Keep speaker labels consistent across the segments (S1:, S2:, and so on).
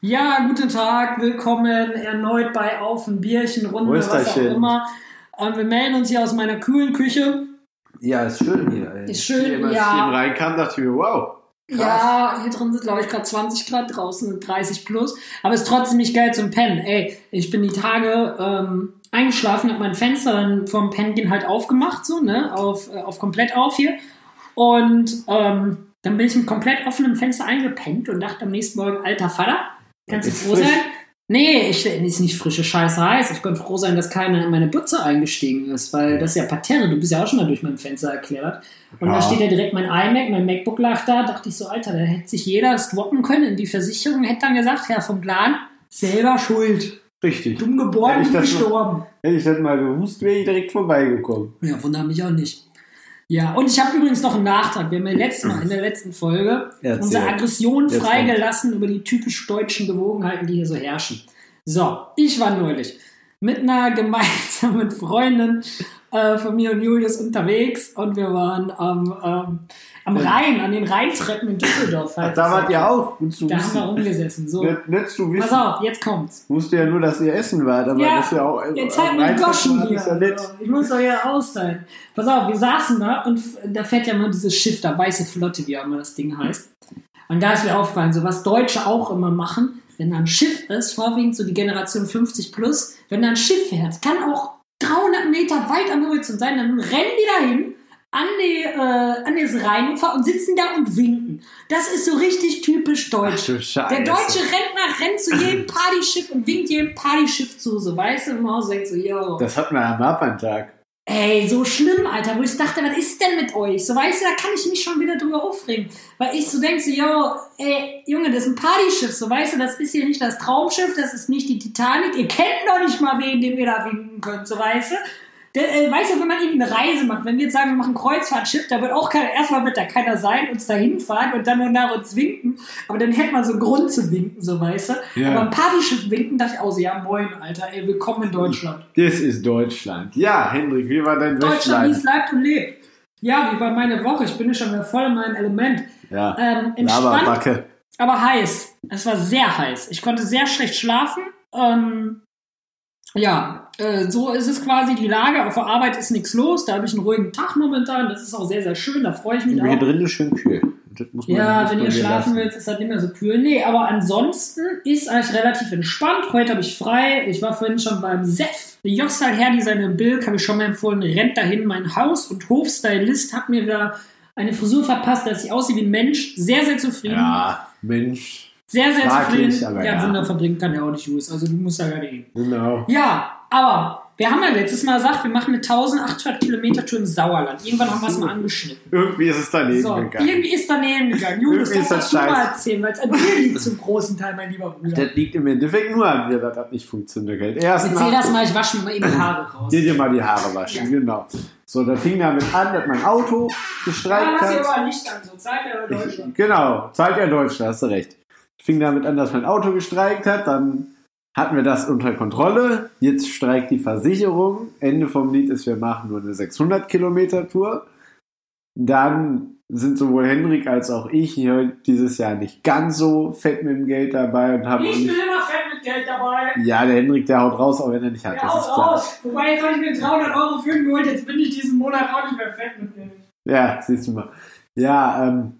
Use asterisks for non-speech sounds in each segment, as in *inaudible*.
S1: Ja, guten Tag, willkommen erneut bei Auf ein Bierchen, Runde, was auch
S2: Prösterchen.
S1: immer. Ähm, wir melden uns hier aus meiner kühlen Küche.
S3: Ja, ist schön hier. Ey.
S1: Ist
S2: Als
S1: schön,
S2: ich eben
S1: ja.
S2: reinkam, dachte ich mir, wow.
S1: Ja, hier drin sind, glaube ich, gerade 20 Grad, draußen sind 30 plus. Aber ist trotzdem nicht geil zum Pennen. Ey, ich bin die Tage ähm, eingeschlafen, habe mein Fenster dann vom Pennen gehen halt aufgemacht, so, ne, auf, äh, auf komplett auf hier. Und ähm, dann bin ich mit komplett offenem Fenster eingepennt und dachte am nächsten Morgen, alter Vater, kannst du
S3: Ist
S1: froh
S3: frisch.
S1: sein? Nee, ich, ist nicht frische Scheiße heiß. Ich bin froh sein, dass keiner in meine Bütze eingestiegen ist, weil das ist ja Parterre. Du bist ja auch schon mal durch mein Fenster erklärt. Und da
S3: Ja.
S1: steht ja direkt mein iMac, mein MacBook lag da. Dachte ich so, Alter, da hätte sich jeder swappen können. Die Versicherung hätte dann gesagt, Herr vom Plan, selber schuld.
S2: Richtig.
S1: Dumm geboren,
S2: Hätte ich
S1: dumm
S2: das so-
S1: gestorben.
S2: Hätte ich das mal gewusst, wäre ich direkt vorbeigekommen.
S1: Ja, wundert mich auch nicht. Ja, und ich habe übrigens noch einen Nachtrag. Wir haben ja letztes Mal in der letzten Folge
S3: Erzähl.
S1: unsere Aggression
S3: Jetzt
S1: freigelassen über die typisch deutschen Gewohnheiten, die hier so herrschen. So, ich war neulich mit einer gemeinsamen Freundin äh, von mir und Julius unterwegs und wir waren am, ähm, am Rhein, an den Rheintreppen in Düsseldorf.
S2: Ach, da wart ihr auch. Gut zu
S1: Da haben wir
S2: wissen.
S1: rumgesessen. So,
S2: Nicht, nicht zu
S1: pass
S2: wissen.
S1: auf, jetzt kommt's.
S2: Wusste ja nur, dass ihr essen wart, aber
S1: Ja,
S2: das ist ja auch.
S1: Jetzt
S2: also am
S1: halt mit
S2: Rheinland
S1: Goschen
S2: war
S1: hier.
S2: das Ja nett.
S1: Ich muss doch ja aus sein. Pass auf, wir saßen da und f- da fährt ja immer dieses Schiff da, Weiße Flotte, wie auch immer das Ding heißt. Und da ist mir aufgefallen, so was Deutsche auch immer machen, wenn da ein Schiff ist, vorwiegend so die Generation 50 plus, wenn da ein Schiff fährt, kann auch 300 Meter weit am Horizont sein, dann rennen die dahin an, die, äh, an das Rheinufer und sitzen da und winken. Das ist so richtig typisch deutsch.
S3: Ach du Scheiße.
S1: Der deutsche Rentner rennt zu jedem Partyschiff und winkt jedem Partyschiff zu, so weißt du, im Haus denkt so, yo.
S2: Das hat man am Japan-Tag.
S1: Ey, so schlimm, Alter, wo ich dachte, was ist denn mit euch? So weißt du, da kann ich mich schon wieder drüber aufregen. Weil ich so denke, so, yo, ey, Junge, das ist ein Partyschiff, so weißt du, das ist hier nicht das Traumschiff, das ist nicht die Titanic, ihr kennt doch nicht mal wen, den wir da winken können, so weißt du. Der, äh, weißt du, wenn man irgendwie eine Reise macht, wenn wir jetzt sagen, wir machen ein Kreuzfahrtschiff, da wird auch keiner, erstmal wird da keiner sein, uns da hinfahren und dann nur nach uns winken. Aber dann hätte man so einen Grund zu winken, so weißt du.
S2: Ja.
S1: Aber ein Partyschiff winken, dachte ich auch so, ja moin, Alter, ey, willkommen in Deutschland.
S2: Das ist Deutschland. Ja, Hendrik, wie war dein
S1: Deutschland, wie
S2: Deutschland?
S1: es bleibt und lebt. Ja, wie war meine Woche? Ich bin ja schon wieder voll in meinem Element.
S2: Ja.
S1: Ähm, entspannt, aber,
S2: Laberbacke.
S1: heiß. Es war sehr heiß. Ich konnte sehr schlecht schlafen. Ähm, ja, äh, so ist es quasi die Lage. Auf der Arbeit ist nichts los. Da habe ich einen ruhigen Tag momentan. Das ist auch sehr, sehr schön. Da freue ich mich
S3: Hier
S1: auch.
S3: drin ist schön kühl. Das muss man
S1: Ja,
S3: muss
S1: wenn
S3: man
S1: ihr
S3: dir
S1: schlafen
S3: lassen.
S1: willst, ist das nicht mehr so kühl. Nee, aber ansonsten ist eigentlich relativ entspannt. Heute habe ich frei. Ich war vorhin schon beim Seth. Jossal Herdi, seine Bild, habe ich schon mal empfohlen, rennt dahin. Mein Haus- und Hofstylist hat mir da eine Frisur verpasst, dass ich aussehe wie ein Mensch. Sehr, sehr zufrieden.
S2: Ja, Mensch.
S1: Sehr, sehr
S2: Fraglich,
S1: zufrieden.
S2: aber
S1: Ja,
S2: ja.
S1: Wunder verbringen kann ja auch nicht, Jules. Also du musst da gar nicht hin.
S2: Genau.
S1: Ja, aber wir haben ja letztes Mal gesagt, wir machen eine 1800 Kilometer Tour im Sauerland. Irgendwann haben wir es mal angeschnitten.
S2: Irgendwie ist es daneben
S1: So,
S2: gegangen.
S1: irgendwie ist daneben gegangen. Julius,
S2: Irgendwie
S1: das darfst
S2: ist das
S1: du mal
S2: scheiße.
S1: erzählen, weil es an dir liegt zum großen Teil, mein lieber Bruder. Also
S2: Das liegt im Endeffekt nur an mir, dass das nicht funktioniert.
S1: Erzähl
S2: Erstmal
S1: das mal, ich wasche mir mal eben die Haare raus.
S2: dir dir mal die Haare waschen, genau. So, da fing damit an, dass mein Auto
S1: Ja,
S2: gestreikt
S1: lass
S2: hat.
S1: hier aber Licht an, so zeigt er Deutschland.
S2: Genau, zahlt ja Deutschland, hast du recht. Fing damit an, dass mein Auto gestreikt hat, dann hatten wir das unter Kontrolle. Jetzt streikt die Versicherung. Ende vom Lied ist, wir machen nur eine 600 Kilometer Tour. Dann sind sowohl Henrik als auch ich hier dieses Jahr nicht ganz so fett mit dem Geld dabei und haben.
S1: Ich bin immer fett mit Geld dabei.
S2: Ja, der Henrik, der haut raus, auch wenn er nicht hat.
S1: Ja,
S2: das ist
S1: auch
S2: klar.
S1: raus. Wobei, jetzt habe ich mir 300 Euro für ihn geholt, jetzt bin ich diesen Monat auch nicht mehr fett mit Geld.
S2: Ja, siehst du mal. Ja, ähm,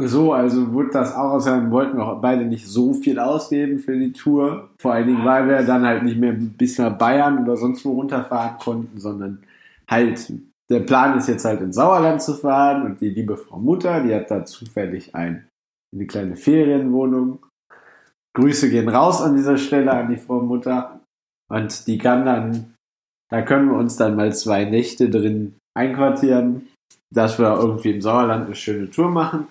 S2: so, also wurde das auch aus, dann wollten wir auch beide nicht so viel ausgeben für die Tour. Vor allen Dingen, weil wir dann halt nicht mehr bis nach Bayern oder sonst wo runterfahren konnten, sondern halt, der Plan ist jetzt halt ins Sauerland zu fahren und die liebe Frau Mutter, die hat da zufällig ein, eine kleine Ferienwohnung. Grüße gehen raus an dieser Stelle an die Frau Mutter. Und die kann dann da können wir uns dann mal zwei Nächte drin einquartieren, dass wir irgendwie im Sauerland eine schöne Tour machen.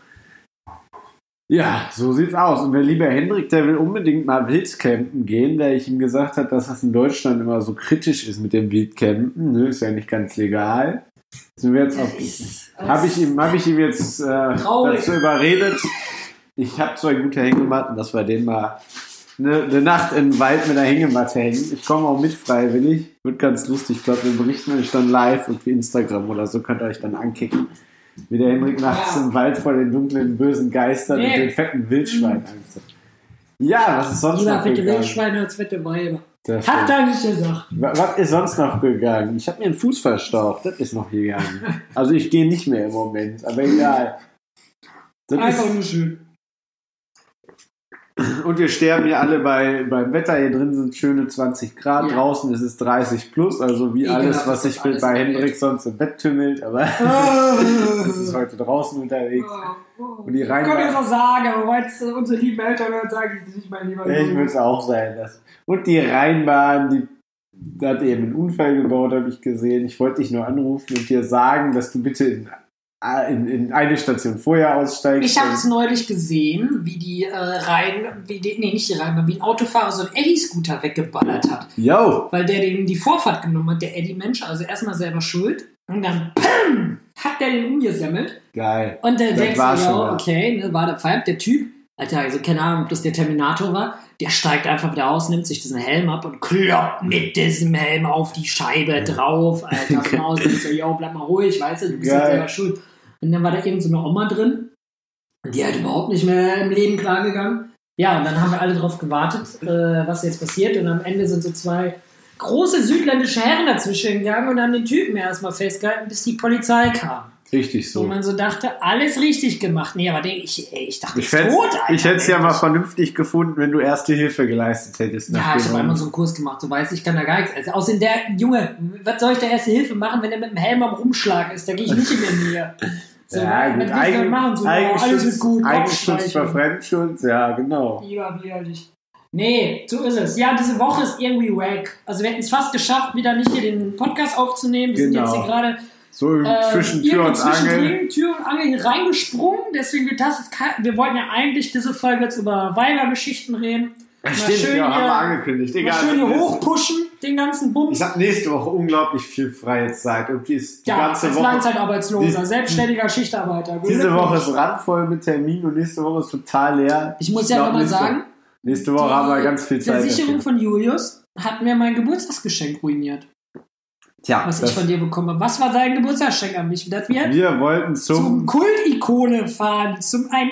S2: Ja, so sieht's aus. Und der liebe Hendrik, der will unbedingt mal Wildcampen gehen, da ich ihm gesagt habe, dass das in Deutschland immer so kritisch ist mit dem Wildcampen. Ne, ist ja nicht ganz legal. Sind wir jetzt auf. Habe ich, ihm- hab ich ihm jetzt äh,
S1: Traurig.
S2: dazu überredet? Ich habe zwei gute Hängematten, dass wir den mal eine, eine Nacht im Wald mit einer Hängematte hängen. Ich komme auch mit freiwillig. Wird ganz lustig. Ich glaube, wir berichten euch dann live und für Instagram oder so könnt ihr euch dann ankicken. Wie der Henrik nachts
S1: Ja.
S2: im Wald vor den dunklen, bösen Geistern
S1: Nee.
S2: und den fetten Wildschweinen Angst hat. Ja, was ist sonst
S4: Mhm. Lieber
S2: noch
S4: fette
S2: gegangen?
S4: Wildschweine als fette Weiber.
S2: Das
S4: Hat
S2: stimmt.
S4: er nicht gesagt.
S2: Wa- Was ist sonst noch gegangen? Ich habe mir einen Fuß verstaucht. Das ist
S4: *laughs*
S2: noch gegangen. Also ich gehe nicht mehr im Moment, aber egal. Das
S4: Einfach
S2: ist,
S4: nur schön.
S2: und wir sterben hier alle bei, beim Wetter. Hier drin sind schöne 20 Grad.
S4: Ja.
S2: Draußen ist es 30 plus. Also wie
S1: Ekelhaft,
S2: alles, was
S1: das
S2: sich
S1: ist alles Ah.
S2: bei
S1: in der
S2: Hendrik
S1: Welt.
S2: sonst im Bett tümmelt. Aber *laughs* es ist
S4: Oh,
S2: heute draußen unterwegs.
S1: Ah.
S4: oh.
S2: Und die
S4: Ich könnte jetzt
S2: Rheinbahn...
S4: auch sagen, aber weil es unsere lieben Eltern hören, sage ich es nicht, mein lieber
S2: Ja, ich
S4: Junge.
S2: will es auch sein lassen. Und die Rheinbahn, die da hat eben einen Unfall gebaut, habe ich gesehen. Ich wollte dich nur anrufen und dir sagen, dass du bitte in, in, in eine Station vorher aussteigst.
S1: Ich habe es neulich gesehen, wie die äh, Rhein, wie die, nee, nicht die Rhein, wie ein Autofahrer so einen Eddy-Scooter weggeballert hat,
S2: Yo!
S1: weil der den die Vorfahrt genommen hat, der Eddy-Mensch, also erstmal selber schuld. Und dann pam, hat der den umgesemmelt.
S2: Geil.
S1: Und dann
S2: Das
S1: denkst du,
S2: war's schon,
S1: ja,
S2: ja.
S1: okay, ne, war der Pfeif, der Typ, Alter, also keine Ahnung, ob das der Terminator war, der steigt einfach wieder aus, nimmt sich diesen Helm ab und kloppt mit diesem Helm auf die Scheibe drauf.
S2: *laughs*
S1: Alter, von außen denkst du, yo, bleib mal ruhig, weißt du, du bist
S2: Geil.
S1: jetzt selber schuld. Und dann war da irgend so eine Oma drin und die hat überhaupt nicht mehr im Leben klargegangen. Ja, und dann haben wir alle drauf gewartet, äh, was jetzt passiert. Und am Ende sind so zwei große südländische Herren dazwischen gegangen und haben den Typen erstmal festgehalten, bis die Polizei kam.
S2: Richtig
S1: Wo
S2: so.
S1: man so dachte, alles richtig gemacht. Nee, aber den, ich, ey, ich dachte,
S2: Ich,
S1: ist
S2: fänd's-
S1: tot, Alter.
S2: ich hätte es ja mal vernünftig gefunden, wenn du erste Hilfe geleistet hättest.
S1: Ja,
S2: nachdem
S1: ich habe
S2: man-
S1: einmal so einen Kurs gemacht, so weiß ich, kann da gar nichts. Also, außerdem der Junge, was soll ich da erste Hilfe machen, wenn der mit dem Helm am Rumschlagen ist? Da gehe ich nicht in den
S2: *laughs*
S1: Nähe. So, was
S2: ja, gut.
S1: will ich denn
S2: Eigen,
S1: machen? So, oh, alles ist
S2: Eigenschutz,
S1: gut,
S2: Eigenschutz bei
S1: Kopfstreichen.
S2: Fremdschutz, ja, genau.
S1: Lieber widerlich. Nee, so ist es. Ja, diese Woche ist irgendwie wack. Also, wir hätten es fast geschafft, wieder nicht hier den Podcast aufzunehmen. Wir
S2: Genau.
S1: sind jetzt hier gerade
S2: So
S1: Ähm,
S2: zwischen Tür
S1: irgendwie
S2: und Angel.
S1: zwischendrin Tür und Angel hier reingesprungen, deswegen wird das jetzt kein, wir wollten ja eigentlich diese Folge jetzt über Weibergeschichten reden. Mal schön
S2: ja, haben wir
S1: hier,
S2: angekündigt.
S1: mal
S2: Egal.
S1: schön hier
S2: das ist-
S1: hochpushen, den ganzen Bums.
S2: Ich habe nächste Woche unglaublich viel freie Zeit und die ist die
S1: ja,
S2: ganze
S1: als
S2: Woche.
S1: Langzeitarbeitsloser,
S2: Die-
S1: selbstständiger Schichtarbeiter. ne?
S2: diese
S1: Glückwunsch.
S2: Woche ist randvoll mit Terminen und nächste Woche ist total leer.
S1: Ich muss ja
S2: glaub,
S1: nochmal
S2: nächste-
S1: sagen,
S2: Nächste Woche haben wir ganz viel Zeit.
S1: Versicherung
S2: dafür.
S1: von Julius hat mir mein Geburtstagsgeschenk ruiniert,
S2: Tja,
S1: was
S2: das,
S1: ich von dir bekommen habe. Was war dein Geburtstagsgeschenk an mich? Dass wir
S2: wir wollten
S1: zum
S2: zum,
S1: Kultikone fahren, zum einem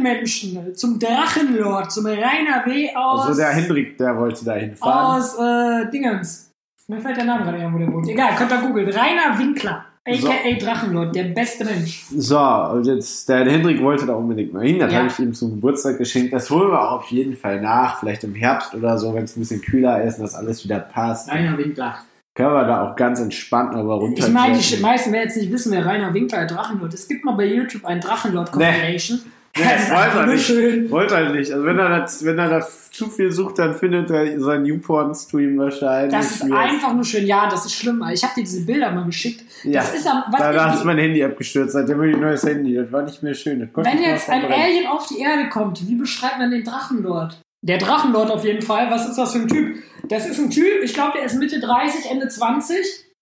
S1: Ehrenmenschen, zum Drachenlord, zum Rainer W. aus
S2: also der Hendrik, der wollte da hinfahren.
S1: aus äh, Dingens. Mir fällt der Name gerade ein, wo der wohnt. Egal, könnt ihr googeln. Rainer Winkler, aka Drachenlord, der beste Mensch.
S2: So, und jetzt, der Hendrik wollte da unbedingt mal hin, das
S1: Ja.
S2: habe ich ihm zum Geburtstag geschenkt. Das holen wir auch auf jeden Fall nach, vielleicht im Herbst oder so, wenn es ein bisschen kühler ist und das alles wieder passt.
S1: Rainer Winkler.
S2: Können wir da auch ganz entspannt aber runter.
S1: Ich meine, die meisten werden jetzt nicht wissen, wer Rainer Winkler der Drachenlord ist. Es gibt mal bei YouTube einen Drachenlord-Compilation.
S2: Nee,
S1: das ist
S2: wollen wir
S1: einfach nur
S2: nicht.
S1: schön.
S2: Wollte halt nicht. Also wenn er, das, wenn er da zu viel sucht, dann findet er seinen Newporn-Stream wahrscheinlich.
S1: Das ist
S2: wieder.
S1: einfach nur schön. Ja, das ist schlimm. Ich habe dir diese Bilder mal geschickt.
S2: Ja.
S1: Das ist am, was
S2: Danach
S1: ich-
S2: ist mein Handy abgestürzt, seitdem habe ich ein neues Handy. Das war nicht mehr schön. Das konnte
S1: Wenn
S2: ich mal
S1: jetzt ein
S2: verbrennen.
S1: Alien auf die Erde kommt, wie beschreibt man den Drachenlord? Der Drachenlord auf jeden Fall. Was ist das für ein Typ? Das ist ein Typ, ich glaube, der ist Mitte 30, Ende 20.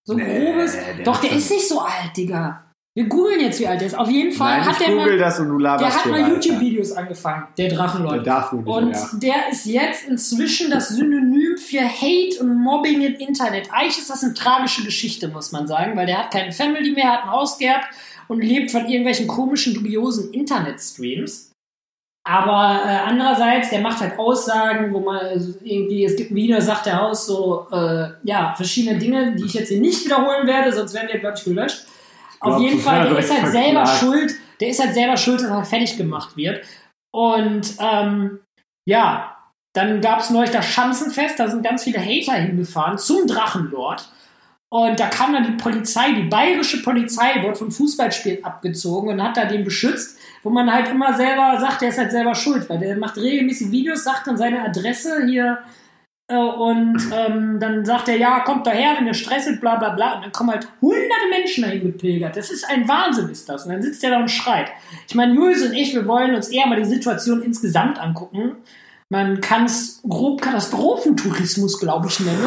S1: So ein
S2: Nee,
S1: grobes.
S2: der
S1: Doch, der
S2: ist
S1: ist nicht so alt, Digga. Wir googeln jetzt, wie alt er ist. Auf jeden Fall
S2: Nein, ich
S1: hat der
S2: google
S1: mal,
S2: das und du laberst
S1: der hat
S2: hier
S1: mal
S2: weiter.
S1: YouTube-Videos angefangen, der
S2: Der
S1: Drachenlord.
S2: darf wohl nicht
S1: Und
S2: mehr.
S1: der ist jetzt inzwischen das Synonym für Hate und Mobbing im Internet. Eigentlich ist das eine tragische Geschichte, muss man sagen, weil der hat keine Family mehr, hat ein Haus geerbt und lebt von irgendwelchen komischen, dubiosen Internetstreams. Aber äh, andererseits, der macht halt Aussagen, wo man also irgendwie, es gibt ein Video, da sagt der Haus so, äh, ja, verschiedene Dinge, die ich jetzt hier nicht wiederholen werde, sonst werden wir, glaube ich, gelöscht. Auf
S2: glaub,
S1: jeden
S2: das
S1: Fall,
S2: wäre
S1: der ist halt
S2: verklagt.
S1: selber schuld, der ist halt selber schuld, dass er fertig gemacht wird. Und ähm, ja, dann gab es neulich das Schanzenfest, da sind ganz viele Hater hingefahren zum Drachenlord. Und da kam dann die Polizei, die bayerische Polizei wurde von Fußballspielen abgezogen und hat da den beschützt, wo man halt immer selber sagt, der ist halt selber schuld, weil der macht regelmäßig Videos, sagt dann seine Adresse hier äh, und ähm, dann sagt er, ja, kommt daher, wenn ihr Stress habt, bla bla bla. Und dann kommen halt hunderte Menschen dahin gepilgert. Das ist ein Wahnsinn, ist das. Und dann sitzt der da und schreit. Ich meine, Julius und ich, wir wollen uns eher mal die Situation insgesamt angucken. Man kann es grob Katastrophentourismus, glaube ich, nennen.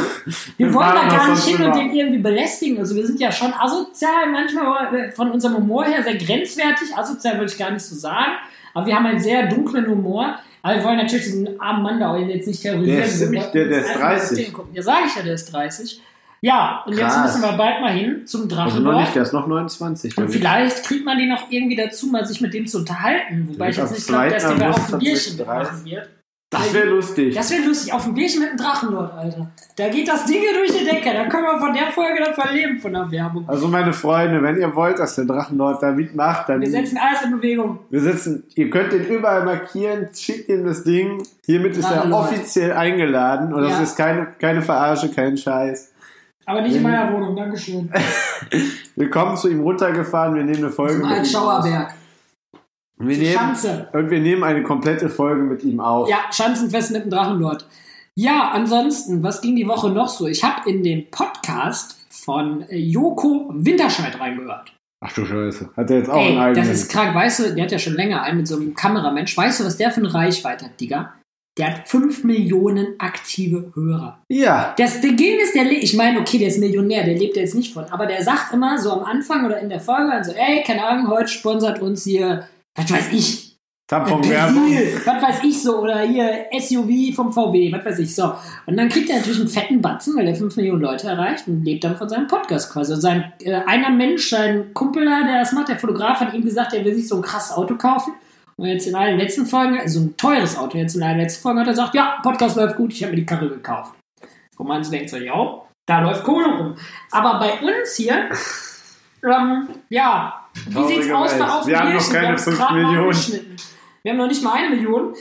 S1: Wir
S2: Wir
S1: wollen da
S2: waren das
S1: gar nicht
S2: sonst
S1: hin und
S2: immer.
S1: den irgendwie belästigen. Also wir sind ja schon asozial, manchmal aber, äh, von unserem Humor her sehr grenzwertig. Asozial würde ich gar nicht so sagen. Aber wir haben einen sehr dunklen Humor. Aber wir wollen natürlich diesen armen Mann da jetzt nicht terrorisieren.
S2: Der ist
S1: Wir
S2: ziemlich-
S1: wollten
S2: der- der
S1: uns
S2: ist
S1: einfach mal das
S2: 30.
S1: Ding gucken. Ja, sage ich ja, der ist 30. Ja, und jetzt
S2: Krass.
S1: müssen wir bald mal hin zum
S2: Also noch
S1: Drachenlord.
S2: nicht, der ist noch 29.
S1: und vielleicht kriegt man den auch irgendwie dazu, mal sich mit dem zu unterhalten. Wobei
S2: Der
S1: ich
S2: wird
S1: jetzt
S2: auf
S1: nicht glaube, dass der
S2: Zweitner
S1: bei
S2: muss
S1: auf ein Bierchen
S2: 30.
S1: machen wird.
S2: Das wäre lustig.
S1: Das wäre lustig, auf dem Bierchen mit einem Drachenlord, Alter. Da geht das Ding hier durch die Decke. Da können wir von der Folge dann verleben, von der Werbung.
S2: Also meine Freunde, wenn ihr wollt, dass der Drachenlord da mitmacht, dann
S1: Wir setzen alles in Bewegung.
S2: wir sitzen, ihr könnt den überall markieren, schickt ihm das Ding. Hiermit ist er
S1: Drachenlord.
S2: offiziell eingeladen und das
S1: Ja.
S2: ist keine, keine Verarsche, kein Scheiß.
S1: Aber nicht
S2: Ähm,
S1: in meiner Wohnung, Dankeschön.
S2: Wir kommen zu ihm runtergefahren, wir nehmen eine Folge mit
S1: Ein
S2: ihm
S1: Schauerberg.
S2: auf. Wir nehmen,
S1: Schanze.
S2: und wir nehmen eine komplette Folge mit ihm auf.
S1: Ja, Schanzenfest mit dem Drachenlord. Ja, ansonsten, was ging die Woche noch so? Ich habe in den Podcast von äh, Joko Winterscheid reingehört.
S2: Ach du Scheiße. Hat er jetzt auch einen
S1: Ey, das
S2: eigenen.
S1: ist krank. Weißt du, der hat ja schon länger einen mit so einem Kameramensch. Weißt du, was der für eine Reichweite hat, Digga? Der hat 5 Millionen aktive Hörer.
S2: ja.
S1: Das der Ding ist, der le- ich meine, okay, der ist Millionär, der lebt ja jetzt nicht von, aber der sagt immer so am Anfang oder in der Folge, also, ey, keine Ahnung, heute sponsert uns hier, was weiß ich,
S2: Tampon Werbung.
S1: Persil, was weiß ich so, oder hier SUV vom VW, was weiß ich so. Und dann kriegt er natürlich einen fetten Batzen, weil er 5 Millionen Leute erreicht und lebt dann von seinem Podcast quasi. Und sein äh, einer Mensch, sein Kumpel da, der das macht, der Fotograf, hat ihm gesagt, er will sich so ein krasses Auto kaufen. Und jetzt in allen letzten Folgen, so ein teures Auto, jetzt in allen letzten Folgen hat er gesagt, ja, Podcast läuft gut, ich habe mir die Karre gekauft. Wo man so denkt so, ja, da läuft Kohle rum. Aber bei uns hier, ähm, ja, wie
S2: Traurige
S1: sieht's aus bei
S2: Welt.
S1: Auf
S2: Wir haben noch
S1: Bierchen?
S2: keine
S1: haben's
S2: fünf
S1: gerade mal
S2: Millionen.
S1: angeschnitten. Wir haben noch nicht mal eine Million.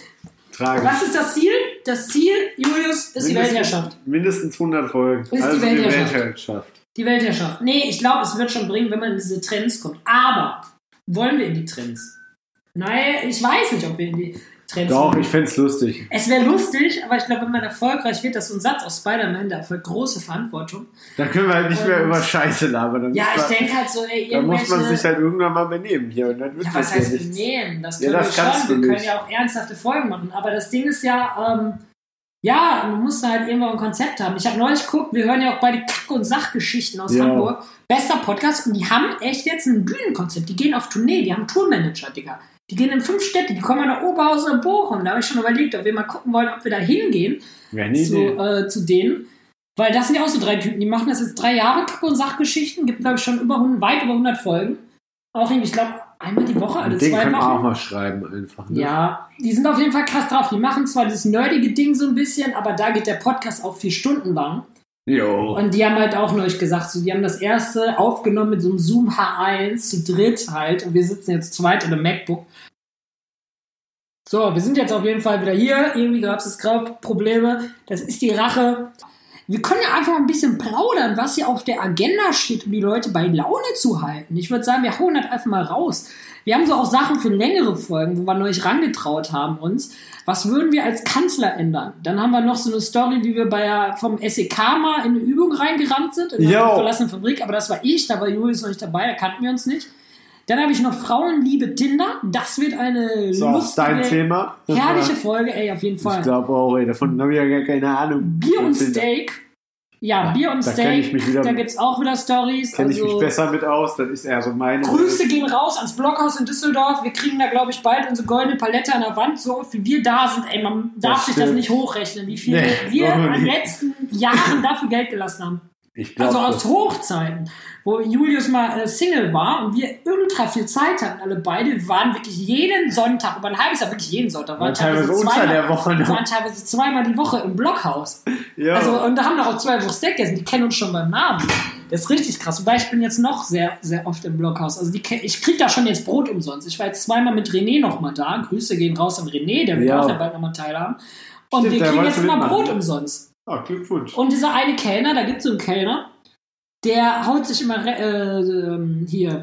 S2: Tragisch.
S1: Was ist das Ziel? Das Ziel, Julius, ist die Weltherrschaft.
S2: mindestens 100 Folgen.
S1: die
S2: also
S1: Weltherrschaft.
S2: die Weltherrschaft.
S1: Die Weltherrschaft. Nee, ich glaube, es wird schon bringen, wenn man in diese Trends kommt. Aber wollen wir in die Trends? Naja, ich weiß nicht, ob wir in die Trends
S2: Doch,
S1: kommen.
S2: ich find's lustig.
S1: Es wäre lustig, aber ich glaube, wenn man erfolgreich wird, das ist so ein Satz aus Spider-Man, da erfolgt große Verantwortung.
S2: Da können wir halt nicht mehr
S1: Und-
S2: über Scheiße labern. Da
S1: Ähm, Ja,
S2: muss
S1: ich
S2: man-
S1: denke halt so, ey,
S2: Da muss man
S1: irgendwelche-
S2: sich halt irgendwann mal benehmen hier. Und dann wird
S1: Ja, was
S2: das ja
S1: heißt
S2: nichts.
S1: benehmen? Das
S2: Ja,
S1: können
S2: das
S1: wir
S2: kannst
S1: schon.
S2: du
S1: Wir können
S2: nicht.
S1: ja auch ernsthafte Folgen machen. Aber das Ding ist ja, ähm, ja, man muss da halt irgendwo ein Konzept haben. Ich habe neulich geguckt, wir hören ja auch beide Kack- und Sachgeschichten aus
S2: Ja.
S1: Hamburg. Bester Podcast. Und die haben echt jetzt ein Bühnenkonzept. Die gehen auf Tournee, die haben Tourmanager, Digga. Die gehen in fünf Städte, die kommen nach Oberhausen und Bochum. Da habe ich schon überlegt, ob wir mal gucken wollen, ob wir da hingehen
S2: Ja, nee,
S1: zu,
S2: nee.
S1: äh, zu denen. Weil das sind ja auch so drei Typen, die machen das jetzt drei Jahre, Kacke und Sachgeschichten, gibt, glaube ich, schon über 100, weit über 100 Folgen. Auch irgendwie, ich glaube, einmal die Woche, alle
S2: Den
S1: zwei
S2: können wir auch
S1: Wochen.
S2: mal schreiben einfach. Ne?
S1: Ja, die sind auf jeden Fall krass drauf. Die machen zwar dieses nerdige Ding so ein bisschen, aber da geht der Podcast auch vier Stunden lang.
S2: Jo.
S1: Und die haben halt auch neulich gesagt, so, die haben das erste aufgenommen mit so einem Zoom H1 zu dritt halt. Und wir sitzen jetzt zu zweit in einem MacBook. So, wir sind jetzt auf jeden Fall wieder hier. Irgendwie gab es Probleme. Das ist die Rache. Wir können ja einfach ein bisschen plaudern, was hier auf der Agenda steht, um die Leute bei Laune zu halten. Ich würde sagen, wir hauen das einfach mal raus. Wir haben so auch Sachen für längere Folgen, wo wir neulich rangetraut haben uns. Was würden wir als Kanzler ändern? Dann haben wir noch so eine Story, wie wir bei der, vom SEK mal in eine Übung reingerannt sind, in
S2: Jo.
S1: einer verlassenen Fabrik. Aber das war ich, da war Julius noch nicht dabei, da kannten wir uns nicht. Dann habe ich noch Frauenliebe Tinder. Das wird eine
S2: So, dein
S1: lustige,
S2: Thema. Das *laughs*
S1: herrliche
S2: war-
S1: Folge, ey, auf jeden
S2: Ich
S1: Fall.
S2: glaube auch, ey, davon habe ich ja gar keine Ahnung.
S1: Bier und
S2: Erzähl-
S1: Steak. Ja, Bier und
S2: da kenn ich mich
S1: Steak.
S2: wieder-
S1: Da gibt es auch wieder Stories.
S2: Kenne ich mich
S1: Also,
S2: besser mit aus, das ist eher so meine.
S1: Grüße gehen raus ans Blockhaus in Düsseldorf. Wir kriegen da, glaube ich, bald unsere goldene Palette an der Wand. So oft wie wir da sind, ey, man darf
S2: Das
S1: sich das
S2: stimmt.
S1: nicht hochrechnen, wie viel
S2: Nee,
S1: wir
S2: darf man
S1: in den
S2: nicht.
S1: letzten Jahren dafür Geld gelassen haben.
S2: Ich glaube,
S1: Also aus Hochzeiten, wo Julius mal äh, Single war und wir ultra viel Zeit hatten, alle beide, wir waren wirklich jeden Sonntag, über ein halbes Jahr wirklich jeden Sonntag,
S2: Waren teilweise unter
S1: zweimal-
S2: der Woche ne? noch.
S1: waren teilweise zweimal die Woche im Blockhaus.
S2: ja.
S1: Also, und da haben doch auch zwei Wochen Steak gegessen, die kennen uns schon beim Namen. Das ist richtig krass. Wobei ich bin jetzt noch sehr, sehr oft im Blockhaus. Also die, ke- ich krieg da schon jetzt Brot umsonst. Ich war jetzt zweimal mit René nochmal da. Grüße gehen raus an René, der wird
S2: Ja.
S1: auch da bald nochmal teilhaben. Und
S2: Stimmt,
S1: wir
S2: der
S1: kriegen
S2: wollte
S1: jetzt immer
S2: mitmachen,
S1: Brot
S2: ne?
S1: umsonst.
S2: Ah, Glückwunsch.
S1: Und dieser eine Kellner, da gibt es so einen Kellner, der haut sich immer re- äh, ähm, hier.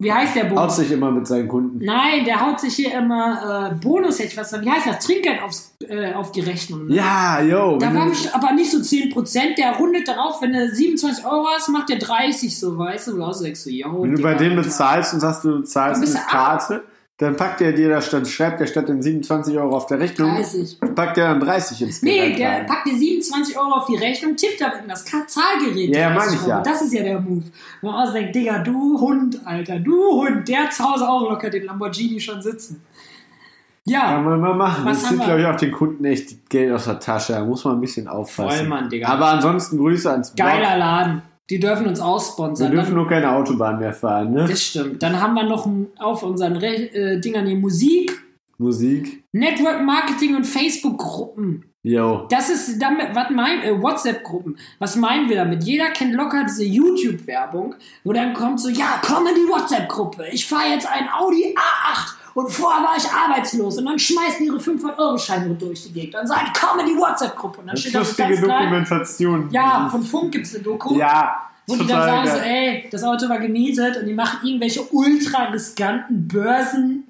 S1: Wie heißt der
S2: Haut
S1: Bonus?
S2: sich immer mit seinen Kunden.
S1: Nein, der haut sich hier immer äh, Bonus, hätte ich was Wie heißt das? Trinkgeld aufs, äh, auf die Rechnung. ne?
S2: Ja, yo.
S1: Da
S2: wenn
S1: war
S2: du-
S1: best- aber nicht so 10%, der rundet dann auf, wenn du 27 Euro hast, macht der 30 so, weißt du, oder so sagst du, yo,
S2: Wenn du bei
S1: Digga,
S2: dem
S1: Alter.
S2: bezahlst und sagst, du zahlst
S1: Dann bist
S2: mit
S1: du ab.
S2: Karte, dann packt er dir da statt, schreibt er statt den 27 Euro auf der Rechnung,
S1: 30.
S2: packt er dann 30 ins
S1: Nee,
S2: Gerät
S1: der
S2: rein.
S1: packt dir 27 Euro auf die Rechnung, tippt aber in das Ka- Zahlgerät.
S2: Ja, ja,
S1: 30
S2: mag ich
S1: Euro.
S2: ja.
S1: Das ist ja der Move. Wo man auch denkt, Digga, du Hund, Alter, du Hund, der hat zu Hause auch locker den Lamborghini schon sitzen.
S2: Kann
S1: Ja,
S2: man mal machen.
S1: Was
S2: das
S1: haben
S2: zieht,
S1: wir?
S2: glaube ich, auch den Kunden echt Geld aus der Tasche. Da muss man ein bisschen aufpassen.
S1: Voll, Mann, Digga.
S2: Aber ansonsten Grüße ans
S1: geiler Laden. Die dürfen uns
S2: Blog. Wir
S1: aussponsern.
S2: dürfen
S1: Dann,
S2: nur keine Autobahn mehr fahren, ne?
S1: das stimmt. Dann haben wir noch ein- auf unseren Re äh, Dingern die Musik.
S2: Musik.
S1: Network Marketing und Facebook-Gruppen.
S2: Yo.
S1: Das ist damit, was mein, äh, WhatsApp-Gruppen. Was meinen wir damit? Jeder kennt locker diese YouTube-Werbung, wo dann kommt so, ja, komm in die WhatsApp-Gruppe. Ich fahre jetzt ein Audi A8 und vorher war ich arbeitslos und dann schmeißen ihre 500-Euro-Scheine durch die Gegend und sagen, komm in die WhatsApp-Gruppe. Und dann
S2: Das
S1: steht
S2: ist
S1: da so ganz
S2: lustige
S1: klein,
S2: Dokumentation.
S1: ja, von Funk gibt's eine Doku.
S2: Ja.
S1: Wo die dann
S2: total
S1: sagen so,
S2: geil.
S1: ey, das Auto war gemietet und die machen irgendwelche ultra riskanten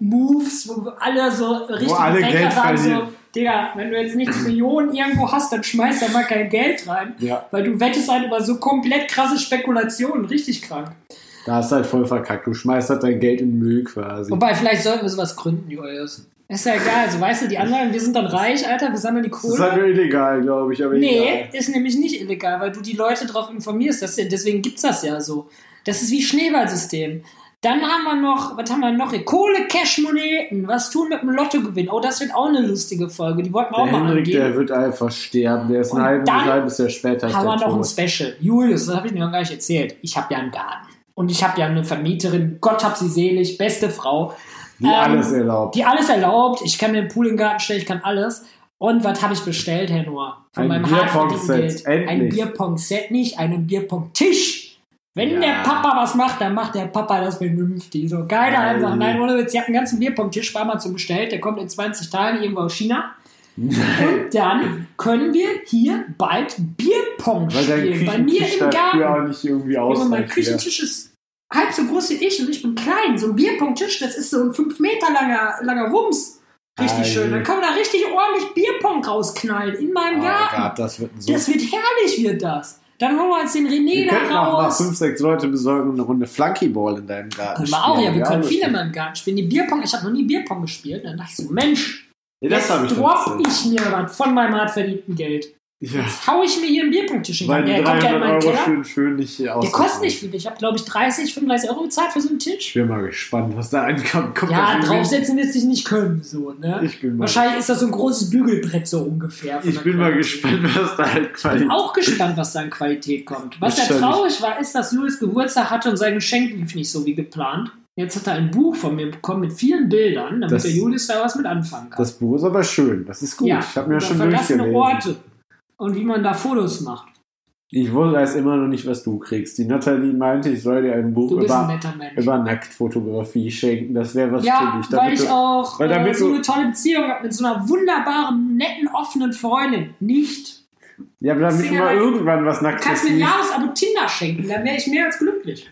S1: Börsen-Moves, wo alle so richtig
S2: alle
S1: Banker
S2: Geld
S1: sagen so,
S2: verlieren.
S1: Digga, wenn du jetzt nicht Millionen irgendwo hast, dann schmeißt da mal kein Geld rein.
S2: Ja.
S1: Weil du wettest halt über so komplett krasse Spekulationen, richtig krank.
S2: Da hast du halt voll verkackt. Du schmeißt halt dein Geld in den Müll quasi.
S1: Wobei, vielleicht sollten wir sowas gründen, Julius. Ist ja egal, so weißt du, die anderen, wir sind dann reich, Alter, wir sammeln die
S2: Das ist
S1: Kohle.
S2: halt nur illegal, glaube ich. Aber
S1: Nee,
S2: egal.
S1: ist nämlich nicht illegal, weil du die Leute darauf informierst. Dass, deswegen gibt's das ja so. Das ist wie Schneeballsystem. Dann haben wir noch, was haben wir noch? hier? Kohle, Cash, Moneten. Was tun mit dem Lottogewinn? Oh, das wird auch eine lustige Folge. Die wollten wir auch
S2: Der
S1: mal
S2: Henrik, der
S1: angehen.
S2: wird einfach sterben. Der ist
S1: Und
S2: ein halbes,
S1: dann
S2: halbes Jahr später. ist
S1: Haben wir
S2: der
S1: noch ein
S2: tot.
S1: Special. Julius, das habe ich mir noch gar nicht erzählt. Ich habe ja einen Garten. Und ich habe ja eine Vermieterin. Gott hab sie selig. Beste Frau.
S2: Die
S1: Ähm,
S2: alles erlaubt.
S1: Die alles erlaubt. Ich kann mir einen Pool in den Garten stellen. Ich kann alles. Und was habe ich bestellt, Herr Noah? Von
S2: Ein
S1: meinem hart verdienten
S2: Bierpong-Set.
S1: Geld. Ein
S2: Endlich.
S1: Bierpong-Set nicht, einen Bierpong-Tisch. Wenn
S2: Ja.
S1: der Papa was macht, dann macht der Papa das vernünftig. So geile
S2: Geil.
S1: Ansage. Nein, ohne Witz, ich habe einen ganzen Bierpong-Tisch bei Amazon bestellt. Der kommt in 20 Tagen irgendwo aus China.
S2: *laughs*
S1: Und dann können wir hier bald Bierpong
S2: Weil dein
S1: spielen. Bei mir
S2: Küchentisch
S1: im Garten.
S2: dafür auch nicht irgendwie
S1: Junge, mein
S2: ausreicht. ja.
S1: Küchentisch ist halb so groß wie ich und ich bin klein. So ein Bierpong-Tisch, das ist so ein 5 Meter langer, langer Wumms. Richtig
S2: Geil.
S1: schön. Dann kann man da richtig ordentlich Bierpong rausknallen in meinem
S2: Oh
S1: Garten.
S2: Gott, das wird ein so.
S1: Das wird herrlich, wird das. Dann holen wir uns den René
S2: wir könnten
S1: da
S2: auch mal
S1: halt raus.
S2: fünf, sechs Leute besorgen und eine Runde Flunkyball in deinem Garten
S1: Können wir auch, ja, wir
S2: Ja,
S1: können
S2: das
S1: viele in
S2: stimmt.
S1: meinem Garten spielen. Die Bierpong, ich habe noch nie Bierpong gespielt. Und dann dachte ich so, Mensch,
S2: Ja, das habe ich
S1: jetzt drop
S2: tatsächlich.
S1: ich mir was von meinem hart verdienten Geld.
S2: Ja,
S1: Jetzt hau ich mir hier einen Bierpongtisch in den
S2: weil
S1: Garten.
S2: die
S1: Der kommt ja in
S2: 300
S1: meinen
S2: Euro
S1: Keller.
S2: schön, schön nicht hier
S1: Der
S2: aus.
S1: kostet nicht viel. Ich habe, glaube ich, 30, 35 Euro bezahlt für so einen Tisch.
S2: Ich bin mal gespannt, was da ankommt. Kommt
S1: Ja,
S2: das irgendwie-
S1: draufsetzen wirst du dich nicht können, so, ne?
S2: Ich bin mal,
S1: Wahrscheinlich ist das so ein großes Bügelbrett so ungefähr. von
S2: ich
S1: der
S2: bin mal
S1: Qualität.
S2: gespannt, was da halt
S1: Ich
S2: quasi.
S1: bin auch gespannt, was da an Qualität kommt. Was ja
S2: Wahrscheinlich.
S1: traurig war, ist, dass Louis Geburtstag hatte und sein Geschenk lief nicht so wie geplant. Jetzt hat er ein Buch von mir bekommen mit vielen Bildern, damit
S2: Das-
S1: der Julius da was mit anfangen kann.
S2: Das Buch ist aber schön. Das ist gut. ich habe mir
S1: über
S2: schon
S1: verlassene
S2: durchgelesen.
S1: Orte und wie man da Fotos macht.
S2: Ich weiß immer noch nicht, was du kriegst. Die Nathalie meinte, ich soll dir ein Buch
S1: Du bist ein
S2: über,
S1: netter Mensch.
S2: über Nacktfotografie schenken. Das wäre was für
S1: Ja,
S2: dich.
S1: weil
S2: damit
S1: ich
S2: du-
S1: auch
S2: weil damit
S1: äh, so
S2: du-
S1: eine tolle Beziehung habe mit so einer wunderbaren, netten, offenen Freundin. Nicht
S2: Ja, aber damit du
S1: Singer-
S2: mal irgendwann was
S1: Du
S2: Nacktes
S1: kannst mir ein
S2: siehst.
S1: Jahresabo Tinder schenken, dann wäre ich mehr als glücklich.